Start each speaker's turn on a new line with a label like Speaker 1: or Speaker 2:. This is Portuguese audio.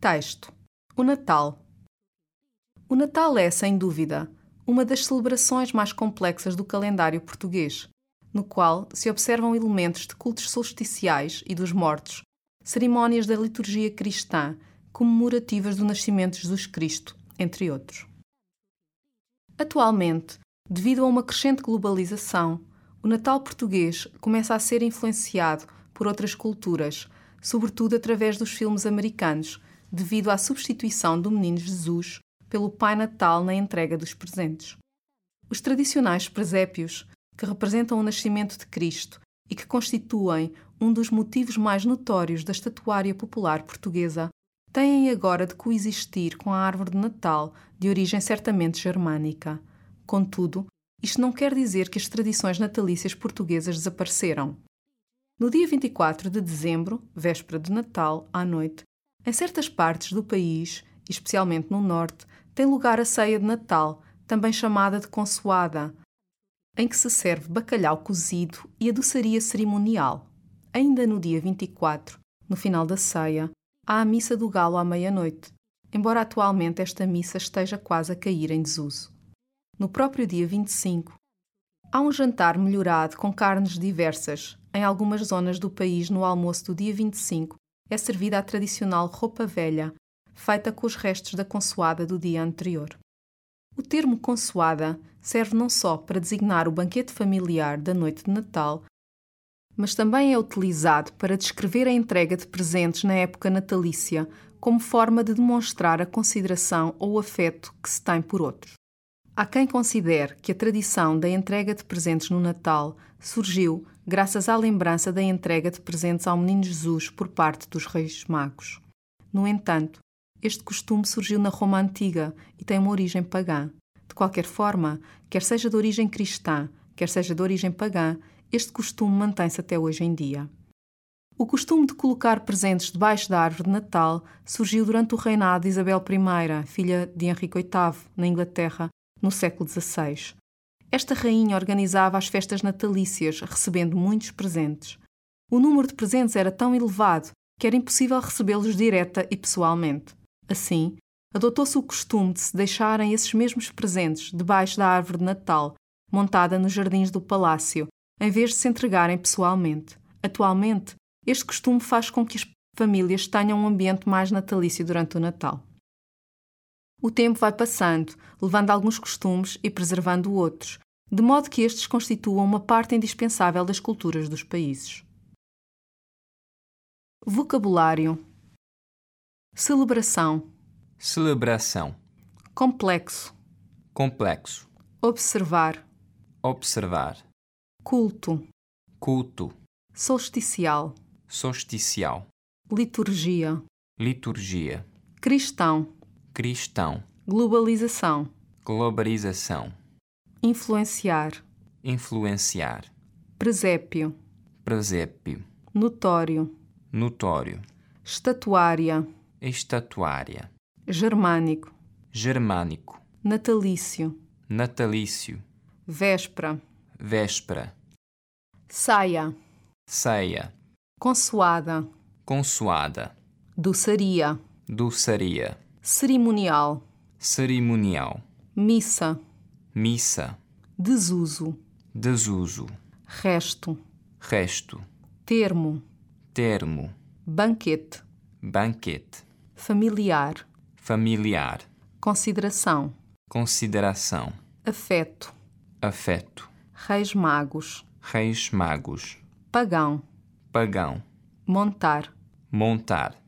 Speaker 1: Texto: O Natal. O Natal é, sem dúvida, uma das celebrações mais complexas do calendário português, no qual se observam elementos de cultos solsticiais e dos mortos, cerimónias da liturgia cristã, comemorativas do nascimento de Jesus Cristo, entre outros. Atualmente, devido a uma crescente globalização, o Natal português começa a ser influenciado por outras culturas, sobretudo através dos filmes americanos, devido à substituição do Menino Jesus pelo Pai Natal na entrega dos presentes. Os tradicionais presépios, que representam o nascimento de Cristo e que constituem um dos motivos mais notórios da estatuária popular portuguesa, têm agora de coexistir com a árvore de Natal de origem certamente germânica. Contudo, isto não quer dizer que as tradições natalícias portuguesas desapareceram. No dia 24 de dezembro, véspera de Natal, à noite, em certas partes do país, especialmente no Norte, tem lugar a ceia de Natal, também chamada de consoada, em que se serve bacalhau cozido e adoçaria cerimonial. Ainda no dia 24, no final da ceia, há a missa do galo à meia-noite, embora atualmente esta missa esteja quase a cair em desuso. No próprio dia 25, há um jantar melhorado com carnes diversas. Em algumas zonas do país, no almoço do dia 25, é servida a tradicional roupa velha, feita com os restos da consoada do dia anterior. O termo consoada serve não só para designar o banquete familiar da noite de Natal, mas também é utilizado para descrever a entrega de presentes na época natalícia como forma de demonstrar a consideração ou afeto que se tem por outros. Há quem considere que a tradição da entrega de presentes no Natal surgiu graças à lembrança da entrega de presentes ao Menino Jesus por parte dos Reis Magos. No entanto, este costume surgiu na Roma antiga e tem uma origem pagã. De qualquer forma, quer seja de origem cristã, quer seja de origem pagã, este costume mantém-se até hoje em dia. O costume de colocar presentes debaixo da árvore de Natal surgiu durante o reinado de Isabel I, filha de Henrique VIII, na Inglaterra, no século XVI. Esta rainha organizava as festas natalícias, recebendo muitos presentes. O número de presentes era tão elevado que era impossível recebê-los direta e pessoalmente. Assim, adotou-se o costume de se deixarem esses mesmos presentes debaixo da árvore de Natal, montada nos jardins do palácio, em vez de se entregarem pessoalmente. Atualmente, este costume faz com que as famílias tenham um ambiente mais natalício durante o Natal. O tempo vai passando, levando alguns costumes e preservando outros, de modo que estes constituam uma parte indispensável das culturas dos países. Vocabulário: Celebração,
Speaker 2: Celebração.
Speaker 1: complexo,
Speaker 2: Complexo.
Speaker 1: observar,
Speaker 2: Observar.
Speaker 1: culto,
Speaker 2: Culto.
Speaker 1: solsticial,
Speaker 2: Solsticial.
Speaker 1: liturgia,
Speaker 2: Liturgia.
Speaker 1: cristão,
Speaker 2: Cristão.
Speaker 1: globalização,
Speaker 2: Globalização.
Speaker 1: influenciar,
Speaker 2: Influenciar.
Speaker 1: presépio,
Speaker 2: Presépio.
Speaker 1: notório,
Speaker 2: Notório.
Speaker 1: estatuária,
Speaker 2: Estatuária.
Speaker 1: germânico,
Speaker 2: Germânico.
Speaker 1: natalício,
Speaker 2: Natalício.
Speaker 1: véspera,
Speaker 2: Véspera.
Speaker 1: saia,
Speaker 2: Ceia.
Speaker 1: consoada,
Speaker 2: Consoada.
Speaker 1: doçaria,
Speaker 2: Doçaria.
Speaker 1: cerimonial,
Speaker 2: Cerimonial.
Speaker 1: missa,
Speaker 2: Missa.
Speaker 1: desuso,
Speaker 2: Desuso.
Speaker 1: resto,
Speaker 2: Resto.
Speaker 1: termo,
Speaker 2: Termo.
Speaker 1: banquete,
Speaker 2: Banquete.
Speaker 1: familiar,
Speaker 2: Familiar.
Speaker 1: consideração,
Speaker 2: Consideração.
Speaker 1: afeto,
Speaker 2: Afeto.
Speaker 1: reis magos,
Speaker 2: Reis Magos.
Speaker 1: pagão,
Speaker 2: Pagão.
Speaker 1: montar,
Speaker 2: Montar.